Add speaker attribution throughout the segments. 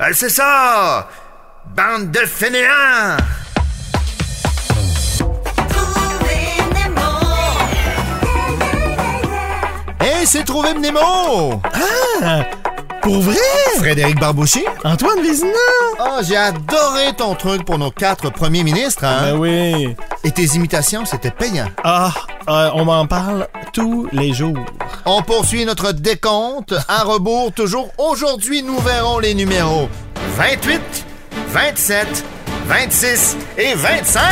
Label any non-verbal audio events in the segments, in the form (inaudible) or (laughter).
Speaker 1: Euh, C'est ça! Bande de fainéants!
Speaker 2: Hey, Eh, c'est trouvé Mnemo!
Speaker 3: Ah! Pour vrai?
Speaker 2: Frédéric Barbouchi?
Speaker 3: Antoine Vézina!
Speaker 2: Ah, j'ai adoré ton truc pour nos quatre premiers ministres,
Speaker 1: Ah,
Speaker 2: hein?
Speaker 3: Ben oui.
Speaker 2: Et tes imitations, c'était payant.
Speaker 3: Ah, euh, on m'en parle tous les jours.
Speaker 2: On poursuit notre décompte à rebours toujours. Aujourd'hui, nous verrons les numéros 28, 27, 26 et 25.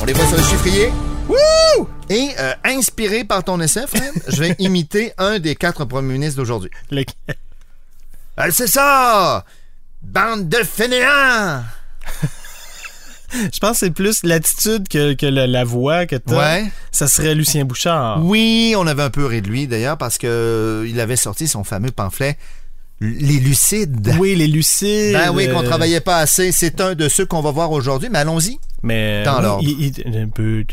Speaker 2: On les voit sur le chiffrier. Wouh! Et euh, inspiré par ton essai, Fred, je
Speaker 1: (laughs)
Speaker 2: vais imiter un des quatre premiers ministres d'aujourd'hui.
Speaker 3: Le-
Speaker 1: Euh, C'est ça! Bande de fainéants!
Speaker 3: Je pense que c'est plus l'attitude que, que la, la voix que t'as.
Speaker 2: Ouais.
Speaker 3: Ça serait Lucien Bouchard.
Speaker 2: Oui, on avait un peu ri de lui d'ailleurs parce que euh, il avait sorti son fameux pamphlet Les Lucides.
Speaker 3: Oui, les Lucides.
Speaker 2: Ben oui, qu'on
Speaker 3: euh,
Speaker 2: travaillait pas assez. C'est un de ceux qu'on va voir aujourd'hui, mais allons-y.
Speaker 3: Mais
Speaker 2: Dans
Speaker 3: oui,
Speaker 2: l'ordre.
Speaker 3: il- il- un peu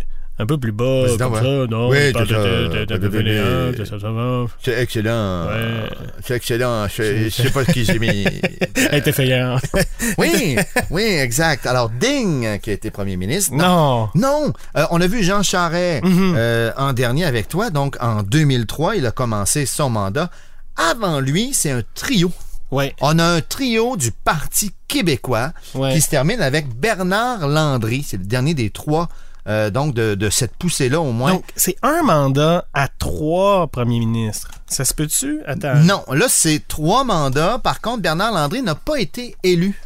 Speaker 3: un peu plus bas
Speaker 2: Vas-y donc,
Speaker 3: comme
Speaker 2: ouais.
Speaker 3: ça, non
Speaker 2: Oui,
Speaker 3: il parle
Speaker 2: c'est ça,
Speaker 3: de- de- de- de- de-
Speaker 2: bébé.
Speaker 3: de- de- de- de- de- de-
Speaker 2: C'est excellent.
Speaker 3: Ouais.
Speaker 2: C'est excellent. Je, je sais pas ce qui j'ai mis.
Speaker 3: Elle était faillante.
Speaker 2: (laughs) oui, oui, exact. Alors, Ding, qui a été premier ministre.
Speaker 3: Non.
Speaker 2: Non, euh, on a vu Jean Charest
Speaker 3: Mhm.
Speaker 2: euh, en dernier avec toi. Donc, en 2003, il a commencé son mandat. Avant lui, c'est un trio.
Speaker 3: Ouais.
Speaker 2: On a un trio du Parti québécois
Speaker 3: Ouais.
Speaker 2: qui se termine avec Bernard Landry. C'est le dernier des trois, euh, donc, de, de cette poussée-là au moins.
Speaker 3: Donc, c'est un mandat à trois premiers ministres. Ça se peut-tu? Attends.
Speaker 2: Non, là, c'est trois mandats. Par contre, Bernard Landry n'a pas été élu.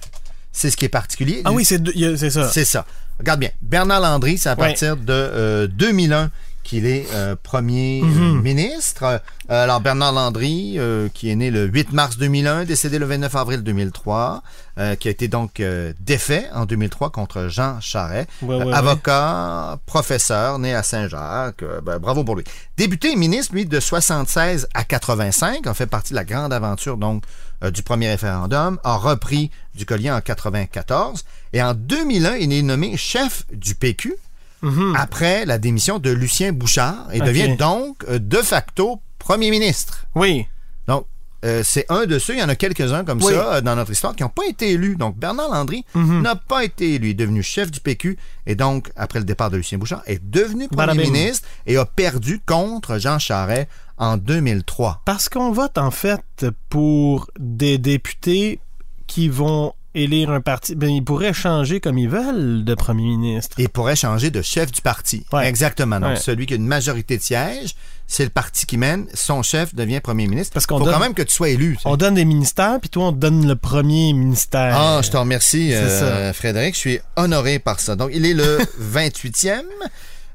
Speaker 2: C'est ce qui est particulier.
Speaker 3: Ah oui, c'est deux- il y a- c'est ça.
Speaker 2: C'est ça. Regarde bien. Bernard Landry, c'est à
Speaker 3: Ouais.
Speaker 2: partir de euh, 2001 qu'il est euh, premier euh,
Speaker 3: Mhm.
Speaker 2: ministre. Euh, alors, Bernard Landry, euh, qui est né le 8 mars 2001, décédé le 29 avril 2003, euh, qui a été donc euh, défait en 2003 contre Jean Charest,
Speaker 3: Ouais,
Speaker 2: Euh,
Speaker 3: ouais, ouais.
Speaker 2: avocat, professeur, né à Saint-Jacques. Euh, ben, bravo pour lui. Député et ministre, lui, de 76 à 85, a fait partie de la grande aventure donc euh, du premier référendum, a repris du collier en 94. Et en 2001, il est nommé chef du PQ Ah.
Speaker 3: Mhm.
Speaker 2: après la démission de Lucien Bouchard et
Speaker 3: Ok.
Speaker 2: devient donc euh, de facto premier ministre.
Speaker 3: Oui.
Speaker 2: Donc, euh, c'est un de ceux, il y en a quelques-uns comme
Speaker 3: Oui.
Speaker 2: ça euh, dans notre histoire qui n'ont pas été élus. Donc, Bernard Landry
Speaker 3: Mhm. Hmm.
Speaker 2: n'a pas été élu, Il est devenu chef du PQ et donc, après le départ de Lucien Bouchard, est devenu premier
Speaker 3: Bada bing.
Speaker 2: ministre et a perdu contre Jean Charest en 2003.
Speaker 3: Parce qu'on vote, en fait, pour des députés qui vont élire un parti. Ben, ils pourraient changer comme ils veulent de premier ministre.
Speaker 2: Et pourrait changer de chef du parti.
Speaker 3: Ouais.
Speaker 2: Exactement. Donc,
Speaker 3: Ouais.
Speaker 2: celui qui a une majorité de sièges, c'est le parti qui mène. Son chef devient premier ministre.
Speaker 3: Parce qu'on
Speaker 2: faut
Speaker 3: donne-
Speaker 2: quand même que tu sois élu. tu sais.
Speaker 3: On donne des ministères, puis toi, on te donne le premier ministère.
Speaker 2: Ah, je te remercie,
Speaker 3: Euh, c'est
Speaker 2: euh, Frédéric. Je suis honoré par ça. Donc, il est le 28e.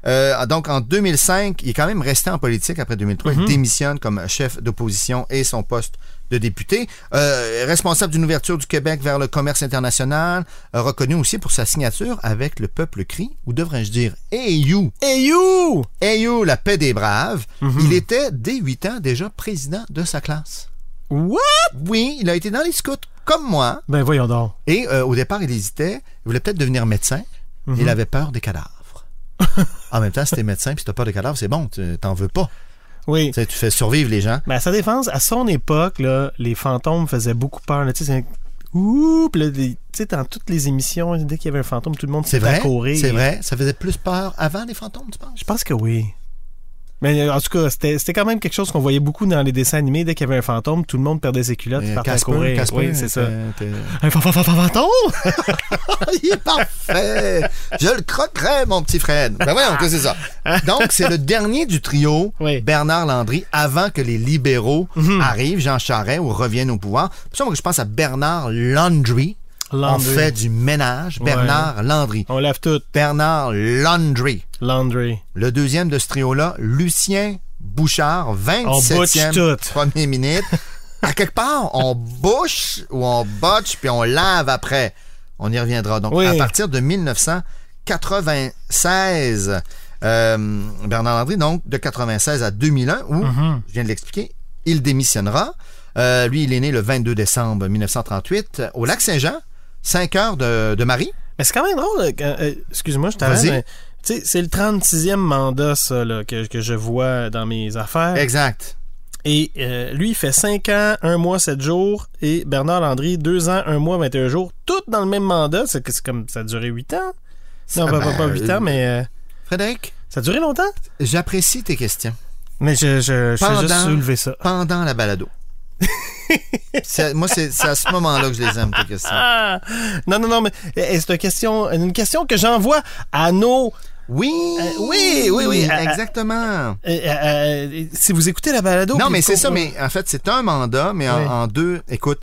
Speaker 2: Euh, donc, en 2005, il est quand même resté en politique après 2003. Il démissionne comme chef d'opposition et son poste de député. Euh, responsable d'une ouverture du Québec vers le commerce international, euh, reconnu aussi pour sa signature avec le peuple cri, ou devrais-je dire AU.
Speaker 3: Et you!
Speaker 2: AU, la paix des braves.
Speaker 3: Mhm.
Speaker 2: Il était, dès 8 ans, déjà président de sa classe.
Speaker 3: What?
Speaker 2: Oui, il a été dans les scouts, comme moi.
Speaker 3: Ben, voyons donc.
Speaker 2: Et euh, au départ, il hésitait. Il voulait peut-être devenir médecin. Il
Speaker 3: Mhm.
Speaker 2: avait peur des
Speaker 3: (laughs)
Speaker 2: cadavres. en même temps, si t'es médecin puis si t'as peur des cadavres, c'est bon, tu- t'en veux pas.
Speaker 3: Oui.
Speaker 2: Tu, sais, tu fais survivre les gens.
Speaker 3: Mais à sa défense, à son époque, là, les fantômes faisaient beaucoup peur. là. Tu sais, c'est un- Ouh! Puis là, des- tu sais, dans toutes les émissions, dès qu'il y avait un fantôme, tout le monde se
Speaker 2: C'est
Speaker 3: mettait à
Speaker 2: vrai?
Speaker 3: courir.
Speaker 2: C'est vrai? Ça faisait plus peur avant les fantômes, tu penses?
Speaker 3: Je pense que oui. Mais euh, en tout cas, c'était c'était quand même quelque chose qu'on voyait beaucoup dans les dessins animés. Dès qu'il y avait un fantôme, tout le monde perdait ses culottes et
Speaker 2: Euh,
Speaker 3: partait à
Speaker 2: Casper,
Speaker 3: courir.
Speaker 2: Casper, euh,
Speaker 3: oui, c'est
Speaker 2: t'es-
Speaker 3: ça.
Speaker 2: t'es- Ah,
Speaker 3: Un fa- fa- fa- fa- fantôme?
Speaker 2: Il est parfait! Je le croquerai, mon petit Fred! Ben voyons que c'est ça. Donc, c'est le dernier du trio,
Speaker 3: Oui. Mhm.
Speaker 2: Bernard Landry, avant que les libéraux arrivent, Jean Charest, ou reviennent au pouvoir. C'est pour ça moi, que je pense à Bernard Landry.
Speaker 3: Landry.
Speaker 2: On fait du ménage. Bernard Landry.
Speaker 3: On lave tout.
Speaker 2: Bernard Landry.
Speaker 3: Landry.
Speaker 2: Le deuxième de ce trio-là, Lucien Bouchard,
Speaker 3: On
Speaker 2: 27e
Speaker 3: butche tout.
Speaker 2: premier
Speaker 3: (laughs)
Speaker 2: ministre. À quelque part, on bouche ou on botche, puis on lave après. On y reviendra. Donc,
Speaker 3: Oui.
Speaker 2: à partir de 1996, euh, Bernard Landry, donc de 96 à 2001, où, je viens de l'expliquer, il démissionnera. Euh, lui, il est né le 22 décembre 1938 euh, au lac Saint-Jean, 5 heures de, de Marie.
Speaker 3: Mais c'est quand même drôle. euh, quand- euh, Excuse-moi, je t'arrête.
Speaker 2: Vas-y.
Speaker 3: mais, tu sais, C'est le 36e mandat, ça, là, que, que je vois dans mes affaires.
Speaker 2: Exact.
Speaker 3: Et euh, lui, il fait 5 ans, 1 mois, 7 jours. Et Bernard Landry, 2 ans, 1 mois, 21 jours. Tout dans le même mandat. C'est que- c'est comme ça a duré 8 ans. Non,
Speaker 2: Ah
Speaker 3: pas,
Speaker 2: ben,
Speaker 3: pas 8
Speaker 2: euh,
Speaker 3: ans, mais euh,
Speaker 2: Frédéric,
Speaker 3: ça a duré longtemps.
Speaker 2: j'apprécie tes questions
Speaker 3: Mais je, je, je
Speaker 2: Pendant-
Speaker 3: fais juste soulever ça.
Speaker 2: pendant la balado.
Speaker 3: (laughs)
Speaker 2: C'est- moi, c'est c'est à ce moment-là que je les aime, tes questions.
Speaker 3: Ah! Non, non, non, mais euh, c'est une question, une question que j'envoie à nos
Speaker 2: Oui,
Speaker 3: Euh, oui, oui, oui, à-
Speaker 2: exactement.
Speaker 3: Euh, euh, euh, si vous écoutez la balado.
Speaker 2: non,
Speaker 3: puis
Speaker 2: mais c'est
Speaker 3: qu'on-
Speaker 2: ça, mais en fait, c'est un mandat, mais en,
Speaker 3: Oui.
Speaker 2: en deux, écoute,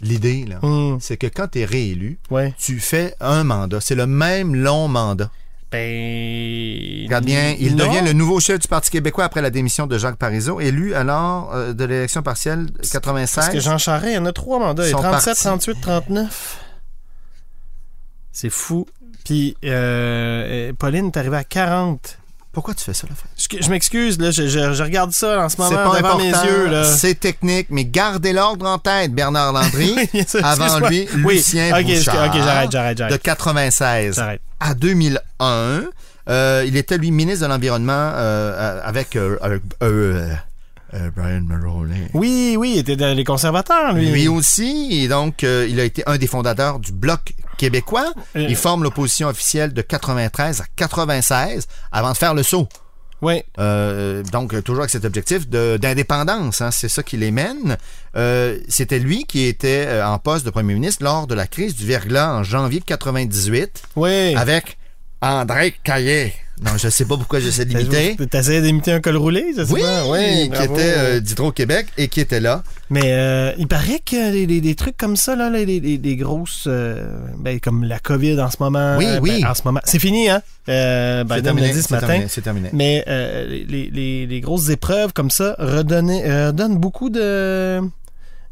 Speaker 2: l'idée, là,
Speaker 3: Hum,
Speaker 2: c'est que quand tu es réélu,
Speaker 3: ouais.
Speaker 2: tu fais un mandat. C'est le même long mandat.
Speaker 3: Ben.
Speaker 2: Regarde bien, il
Speaker 3: non.
Speaker 2: devient le nouveau chef du Parti québécois après la démission de Jacques Parizeau, élu alors euh, de l'élection partielle de
Speaker 3: Parce que
Speaker 2: 96.
Speaker 3: Jean Charest, il y en a trois mandats. Il y a
Speaker 2: Sont
Speaker 3: 37,
Speaker 2: partis.
Speaker 3: 38, 39. C'est fou. Puis, euh, euh, Pauline, t'es arrivée à 40.
Speaker 2: Pourquoi tu fais ça, la Fred?
Speaker 3: Je, je m'excuse, là, je, je- je regarde ça en ce moment
Speaker 2: C'est pas
Speaker 3: devant
Speaker 2: important,
Speaker 3: mes yeux. Là. (laughs)
Speaker 2: c'est technique, mais gardez l'ordre en tête, Bernard Landry. Avant
Speaker 3: Excuse-moi.
Speaker 2: lui,
Speaker 3: oui.
Speaker 2: Lucien
Speaker 3: Ok, excuse-
Speaker 2: Bouchard,
Speaker 3: Ok, j'arrête, j'arrête,
Speaker 2: de
Speaker 3: j'arrête.
Speaker 2: 96
Speaker 3: J'arrête.
Speaker 2: à 2001. Euh, il était, lui, ministre de l'Environnement euh, avec euh, euh, euh, euh, Brian Mulroney.
Speaker 3: Oui, oui, il était dans les conservateurs, lui.
Speaker 2: Lui aussi, et donc euh, il a été un des fondateurs du Bloc québécois.
Speaker 3: Euh.
Speaker 2: Il forme l'opposition officielle de 93 à 96 avant de faire le saut.
Speaker 3: Oui.
Speaker 2: Euh, donc, euh, toujours avec cet objectif de- d'indépendance, hein, c'est ça qui les mène. Euh, C'était lui qui était euh, en poste de premier ministre lors de la crise du verglas en janvier de 98
Speaker 3: Oui.
Speaker 2: avec André Caillé. Non, je sais pas pourquoi
Speaker 3: (laughs)
Speaker 2: j'essaie
Speaker 3: Ben,
Speaker 2: de l'imiter.
Speaker 3: T'essayais d'imiter un col roulé, ça
Speaker 2: Oui,
Speaker 3: oui,
Speaker 2: qui était euh, d'Hydro-Québec et qui était là.
Speaker 3: Mais euh, il paraît que des, des- des trucs comme ça, là, les- les- les- des grosses. euh, ben, comme la COVID en ce moment.
Speaker 2: Oui,
Speaker 3: euh, ben,
Speaker 2: oui.
Speaker 3: en ce moment. C'est fini, hein? Euh,
Speaker 2: C'est
Speaker 3: Biden l'a
Speaker 2: terminé,
Speaker 3: dit ce
Speaker 2: c'est
Speaker 3: matin.
Speaker 2: terminé, C'est terminé.
Speaker 3: Mais euh, les- les, les- les grosses épreuves comme ça redonnaient- euh, redonnent beaucoup de,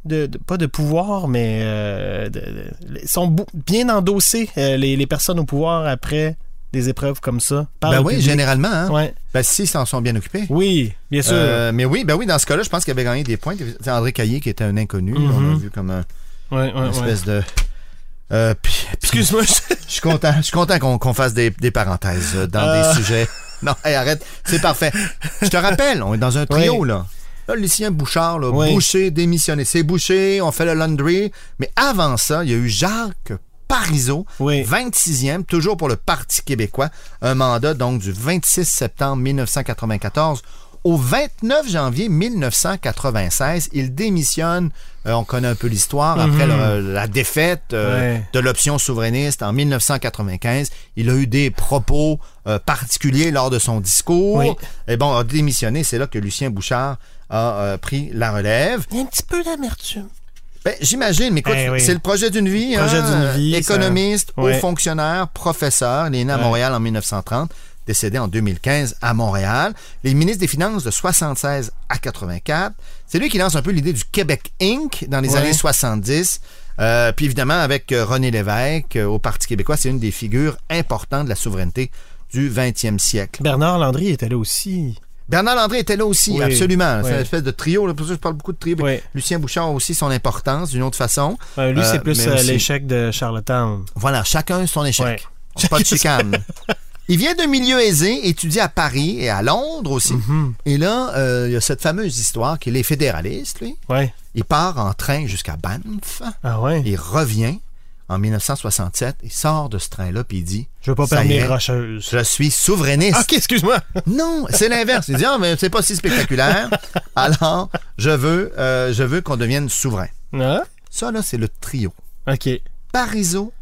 Speaker 3: de, de- Pas de pouvoir, mais. euh, de- de- les- sont bou- bien endossées, euh, les, les personnes au pouvoir, après des épreuves comme ça. par
Speaker 2: Ben
Speaker 3: le
Speaker 2: oui,
Speaker 3: public.
Speaker 2: généralement. Hein,
Speaker 3: Ouais.
Speaker 2: Ben, s'ils s'en sont bien occupés.
Speaker 3: Oui, bien sûr.
Speaker 2: Euh, mais oui, ben oui, dans ce cas-là, je pense qu'il avait gagné des points. C'est André Caillé qui était un inconnu.
Speaker 3: Mhm.
Speaker 2: On l'a vu comme un,
Speaker 3: Ouais, ouais,
Speaker 2: une
Speaker 3: ouais.
Speaker 2: espèce de. euh, pi- pi-
Speaker 3: Excuse-moi, je-
Speaker 2: Je suis content, je suis content qu'on qu'on fasse des, des parenthèses euh, dans
Speaker 3: Euh.
Speaker 2: des sujets. Non, hey, arrête, c'est parfait. Je te rappelle, on est dans un trio
Speaker 3: Oui.
Speaker 2: là. Là, Lucien Bouchard, là,
Speaker 3: Oui.
Speaker 2: Boucher démissionné, c'est Boucher, on fait le laundry. Mais avant ça, il y a eu Jacques Parizeau,
Speaker 3: Oui.
Speaker 2: 26e, toujours pour le Parti québécois, un mandat donc du 26 septembre 1994 au 29 janvier 1996. Il démissionne, euh, on connaît un peu l'histoire, après
Speaker 3: Mhm.
Speaker 2: le- la défaite euh,
Speaker 3: Ouais.
Speaker 2: de l'option souverainiste en 1995. Il a eu des propos euh, particuliers lors de son discours.
Speaker 3: Oui.
Speaker 2: Et bon, a démissionné, c'est là que Lucien Bouchard a euh, pris la relève.
Speaker 3: Il y a un petit peu d'amertume.
Speaker 2: Ben, j'imagine, mais écoute,
Speaker 3: Eh oui.
Speaker 2: c'est le projet d'une vie.
Speaker 3: Projet
Speaker 2: hein,
Speaker 3: d'une vie,
Speaker 2: euh, Économiste,
Speaker 3: ça-
Speaker 2: haut
Speaker 3: Ouais.
Speaker 2: fonctionnaire, professeur. Il est né à
Speaker 3: Ouais.
Speaker 2: Montréal en 1930, décédé en 2015 à Montréal. Il est ministre des Finances de 76 à 84. C'est lui qui lance un peu l'idée du Québec Inc. dans les
Speaker 3: Ouais.
Speaker 2: années 70. Euh, puis évidemment, avec euh, René Lévesque, euh, au Parti québécois, c'est une des figures importantes de la souveraineté du 20e siècle.
Speaker 3: Bernard Landry était là aussi.
Speaker 2: Bernard Landry était là aussi,
Speaker 3: Oui.
Speaker 2: absolument. C'est
Speaker 3: Oui.
Speaker 2: une espèce de trio. Là, pour ça, je parle beaucoup de trio.
Speaker 3: Oui.
Speaker 2: Lucien Bouchard a aussi son importance d'une autre façon.
Speaker 3: Euh, lui,
Speaker 2: Euh,
Speaker 3: c'est plus
Speaker 2: mais
Speaker 3: euh,
Speaker 2: aussi-
Speaker 3: l'échec de Charlottetown.
Speaker 2: Voilà, chacun son échec.
Speaker 3: Ouais.
Speaker 2: Pas de chicane. Il vient de milieu aisé, étudie à Paris et à Londres aussi.
Speaker 3: Mm. Mhm.
Speaker 2: Et là, euh, il y a cette fameuse histoire qu'il est fédéraliste, lui.
Speaker 3: Ouais.
Speaker 2: Il part en train jusqu'à Banff.
Speaker 3: Ah ouais.
Speaker 2: Il revient en 1967. Il sort de ce train-là puis il dit
Speaker 3: Je veux pas
Speaker 2: Ça
Speaker 3: perdre
Speaker 2: y
Speaker 3: mes
Speaker 2: est.
Speaker 3: rocheuses.
Speaker 2: Je suis souverainiste.
Speaker 3: Ok, excuse-moi.
Speaker 2: Non, c'est l'inverse. Il dit Ah, mais c'est pas si spectaculaire. Alors, je veux, euh, je veux qu'on devienne souverain.
Speaker 3: Ah,
Speaker 2: Ça, là, c'est le trio.
Speaker 3: ok.
Speaker 2: Parizeau,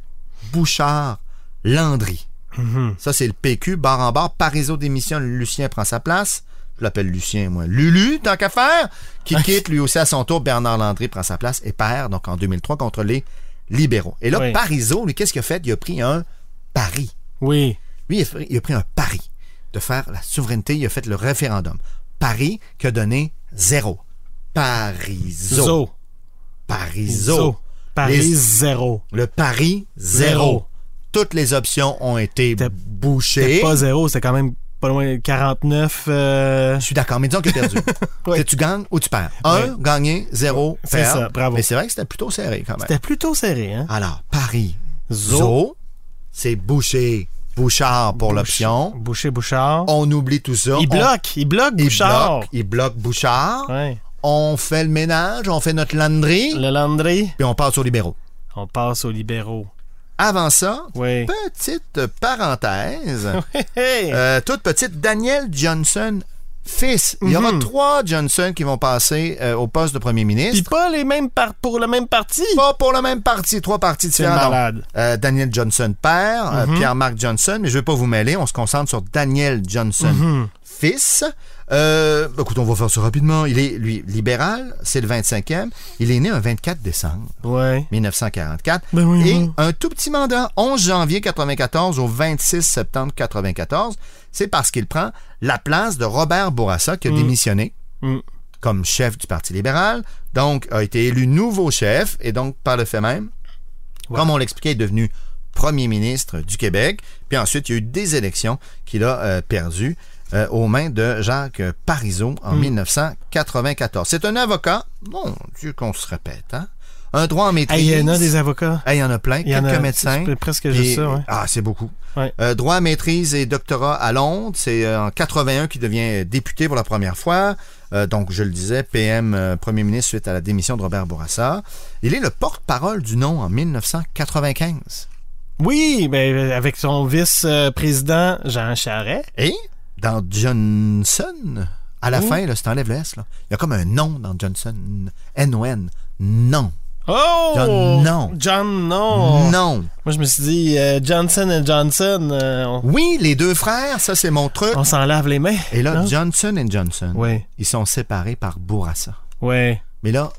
Speaker 2: Bouchard, Landry.
Speaker 3: Mhm.
Speaker 2: Ça, c'est le PQ, barre en barre. Parizeau démissionne, Lucien prend sa place. Je l'appelle Lucien, moi. Lulu, tant qu'à faire, qui quitte lui aussi à son tour. Bernard Landry prend sa place et perd, donc en 2003, contre les libéraux. Et là,
Speaker 3: Oui.
Speaker 2: Parizeau, lui, qu'est-ce qu'il a fait? Il a pris un pari.
Speaker 3: Oui.
Speaker 2: Lui, il a, fait- il a pris un pari de faire la souveraineté. Il a fait le référendum. Pari qui a donné zéro. Parizeau.
Speaker 3: Zo.
Speaker 2: Parizeau.
Speaker 3: Zo. Paris
Speaker 2: Les-
Speaker 3: zéro.
Speaker 2: Le pari, zéro.
Speaker 3: Zéro.
Speaker 2: Toutes les options ont été
Speaker 3: C'était-
Speaker 2: bouchées.
Speaker 3: C'était pas zéro, c'était quand même pas loin de 49. euh,
Speaker 2: Je suis d'accord, mais disons que
Speaker 3: (laughs)
Speaker 2: perdu.
Speaker 3: Ouais.
Speaker 2: Que Tu gagnes ou tu perds. Un,
Speaker 3: Ouais.
Speaker 2: gagner, zéro,
Speaker 3: C'est
Speaker 2: perdre.
Speaker 3: ça, bravo.
Speaker 2: Mais c'est vrai que c'était plutôt serré quand même.
Speaker 3: C'était plutôt serré, hein?
Speaker 2: Alors, Paris,
Speaker 3: Zo.
Speaker 2: Zo, c'est bouché, Bouchard pour
Speaker 3: Bouch-
Speaker 2: l'option.
Speaker 3: Boucher, Bouchard.
Speaker 2: On oublie tout ça.
Speaker 3: Il
Speaker 2: On-
Speaker 3: bloque, Oh, il bloque
Speaker 2: Il
Speaker 3: Bouchard.
Speaker 2: bloque, il bloque Bouchard.
Speaker 3: Ouais.
Speaker 2: On fait le ménage, on fait notre landerie,
Speaker 3: Le Landry,
Speaker 2: puis on passe aux libéraux.
Speaker 3: on passe aux libéraux.
Speaker 2: Avant ça,
Speaker 3: Oui.
Speaker 2: petite
Speaker 3: (laughs)
Speaker 2: parenthèse,
Speaker 3: Hey!
Speaker 2: euh, toute petite, Daniel Johnson, fils. Il y aura
Speaker 3: Mhm.
Speaker 2: trois Johnson qui vont passer euh, au poste de premier
Speaker 3: Pis
Speaker 2: ministre.
Speaker 3: pas les mêmes par- pour le même parti.
Speaker 2: Pas pour le même parti, trois partis
Speaker 3: C'est
Speaker 2: différents. Donc,
Speaker 3: malade. Mhm.
Speaker 2: Euh, Daniel Johnson père, euh, Pierre-Marc Johnson, mais je ne vais pas vous mêler, on se concentre sur Daniel Johnson
Speaker 3: Mhm.
Speaker 2: fils. Euh, bah, écoute, on va faire ça rapidement. Il est, lui, libéral, c'est le 25e. Il est né un 24 décembre
Speaker 3: Ouais.
Speaker 2: 1944.
Speaker 3: Ben oui,
Speaker 2: et
Speaker 3: oui.
Speaker 2: un tout petit mandat, 11 janvier 94 au 26 septembre 94, c'est parce qu'il prend la place de Robert Bourassa qui a démissionné
Speaker 3: Mm.
Speaker 2: comme chef du Parti libéral, donc a été élu nouveau chef et donc par le fait même,
Speaker 3: Ouais.
Speaker 2: comme on l'expliquait, est devenu premier ministre du Québec. Puis ensuite, il y a eu des élections qu'il a euh, perdues euh, aux mains de Jacques Parizeau
Speaker 3: Mm.
Speaker 2: en 1994. C'est un avocat, mon Dieu qu'on se répète, hein? un droit en maîtrise.
Speaker 3: Hey, il y en a des avocats.
Speaker 2: Ah, il y en a plein,
Speaker 3: Il y en
Speaker 2: quelques
Speaker 3: a-
Speaker 2: médecins.
Speaker 3: c'est presque juste
Speaker 2: Et-
Speaker 3: ça, ouais.
Speaker 2: Ah, c'est beaucoup.
Speaker 3: Ouais.
Speaker 2: Euh, droit à maîtrise et doctorat à Londres. C'est euh, en 81 qu'il devient député pour la première fois. Euh, donc, je le disais, PM euh, premier ministre suite à la démission de Robert Bourassa. Il est le porte-parole du nom en 1995.
Speaker 3: Oui, ben, avec son vice-président Jean Charest.
Speaker 2: Et dans Johnson, à la
Speaker 3: Oh.
Speaker 2: fin, là, si t'enlèves le S, là, il y a comme un nom dans Johnson. N-O-N. Non.
Speaker 3: Oh!
Speaker 2: John, non.
Speaker 3: John, non.
Speaker 2: Non.
Speaker 3: Moi, je me suis dit, euh, Johnson et Johnson, euh, on,
Speaker 2: Oui, les deux frères, ça c'est mon truc.
Speaker 3: on s'en lave les mains.
Speaker 2: Et là,
Speaker 3: Oh. non?
Speaker 2: Johnson et Johnson,
Speaker 3: Ouais,
Speaker 2: ils sont séparés par Bourassa.
Speaker 3: ouais.
Speaker 2: Mais là,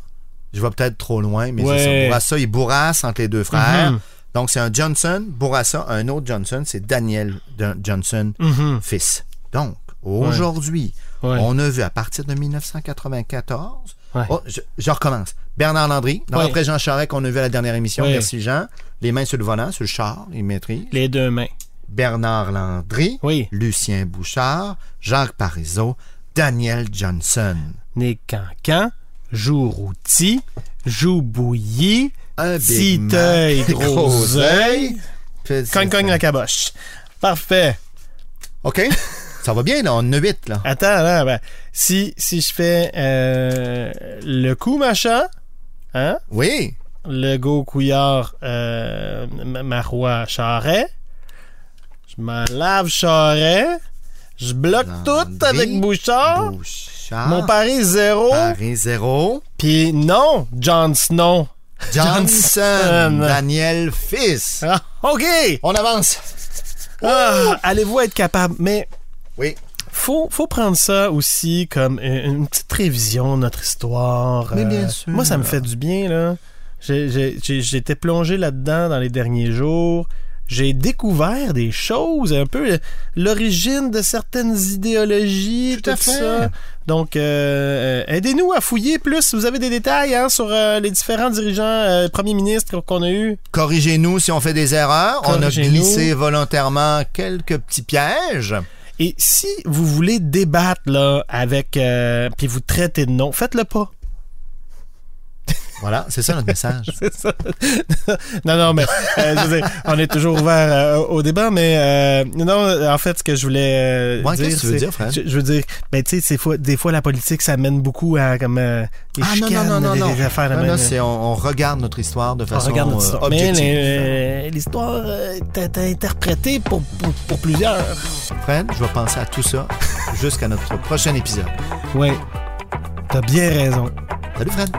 Speaker 2: je vais peut-être trop loin, mais
Speaker 3: Ouais.
Speaker 2: c'est ça. Bourassa, il bourrasse entre les deux frères.
Speaker 3: Mhm.
Speaker 2: Donc, c'est un Johnson, Bourassa, un autre Johnson, c'est Daniel D- Johnson,
Speaker 3: Mhm.
Speaker 2: fils. Donc, aujourd'hui,
Speaker 3: Ouais.
Speaker 2: on a vu à partir de 1994.
Speaker 3: Ouais.
Speaker 2: Oh, je, je recommence. Bernard Landry, dans
Speaker 3: Ouais.
Speaker 2: après Jean Charest qu'on a vu à la dernière émission,
Speaker 3: Ouais.
Speaker 2: merci Jean. Les mains sur le volant, sur le char, il maîtrise.
Speaker 3: Les deux mains.
Speaker 2: Bernard Landry,
Speaker 3: Oui.
Speaker 2: Lucien Bouchard, Jacques Parizeau, Daniel Johnson.
Speaker 3: Né cancan, joue routi, joue bouilli,
Speaker 2: Un
Speaker 3: petit
Speaker 2: Big Mac,
Speaker 3: œil,
Speaker 2: (laughs) gros
Speaker 3: gros
Speaker 2: hein?
Speaker 3: œil,
Speaker 2: Petit-
Speaker 3: cogne cogne la caboche. Parfait.
Speaker 2: OK. Ça va bien, là. On en a 8, là.
Speaker 3: Attends, là, ben, si, si je fais euh, le coup machin, hein,
Speaker 2: Oui.
Speaker 3: le go couillard euh, ma- marois charret, je m'en lave charret, je bloque
Speaker 2: Landry,
Speaker 3: tout avec Bouchard,
Speaker 2: Bouchard.
Speaker 3: Ah! mon pari zéro,
Speaker 2: Paris zéro.
Speaker 3: puis non, John Snow.
Speaker 2: Johnson.
Speaker 3: Johnson.
Speaker 2: Daniel Fils.
Speaker 3: Ah, OK!
Speaker 2: On avance.
Speaker 3: Ah, Allez-vous être capable? Mais
Speaker 2: Oui.
Speaker 3: faut, faut prendre ça aussi comme une, une petite révision de notre histoire. euh,
Speaker 2: Mais bien sûr.
Speaker 3: Moi, ça me fait du bien, là. J'ai- j'ai- j'ai- J'étais plongé là-dedans dans les derniers jours. J'ai découvert des choses, un peu euh, l'origine de certaines idéologies,
Speaker 2: Tout à fait.
Speaker 3: ça. Donc, euh, euh, aidez-nous à fouiller plus. si Vous avez des détails hein, sur euh, les différents dirigeants, euh, premiers ministres qu'on a eus.
Speaker 2: Corrigez-nous si on fait des erreurs. On a
Speaker 3: Corrigez-nous.
Speaker 2: glissé volontairement quelques petits pièges.
Speaker 3: Et si vous voulez débattre là avec euh, puis vous traitez de non, faites-le pas. (laughs)
Speaker 2: Voilà, c'est ça notre message.
Speaker 3: (laughs) C'est ça. non, non, mais euh, je veux dire, on est toujours ouvert euh, au débat, mais euh, non, en fait, ce que je voulais euh,
Speaker 2: Ouais,
Speaker 3: dire,
Speaker 2: qu'est-ce que tu veux
Speaker 3: c'est-
Speaker 2: dire, Fred?
Speaker 3: Je, je veux dire, ben tu sais, c'est fois- des fois la politique, ça mène beaucoup à comme euh, des
Speaker 2: Ah non, non,
Speaker 3: chicanes,
Speaker 2: non, non,
Speaker 3: des,
Speaker 2: non.
Speaker 3: des affaires.
Speaker 2: Non,
Speaker 3: de
Speaker 2: non,
Speaker 3: même.
Speaker 2: c'est on, on regarde notre histoire de
Speaker 3: On
Speaker 2: façon
Speaker 3: Ah, regarde notre
Speaker 2: euh,
Speaker 3: histoire. Mais
Speaker 2: objective.
Speaker 3: euh, l'histoire euh, est interprétée pour, pour, pour plusieurs.
Speaker 2: Fred, je vais penser à tout ça (laughs) jusqu'à notre prochain épisode.
Speaker 3: Oui, t'as bien raison.
Speaker 2: Salut Fred.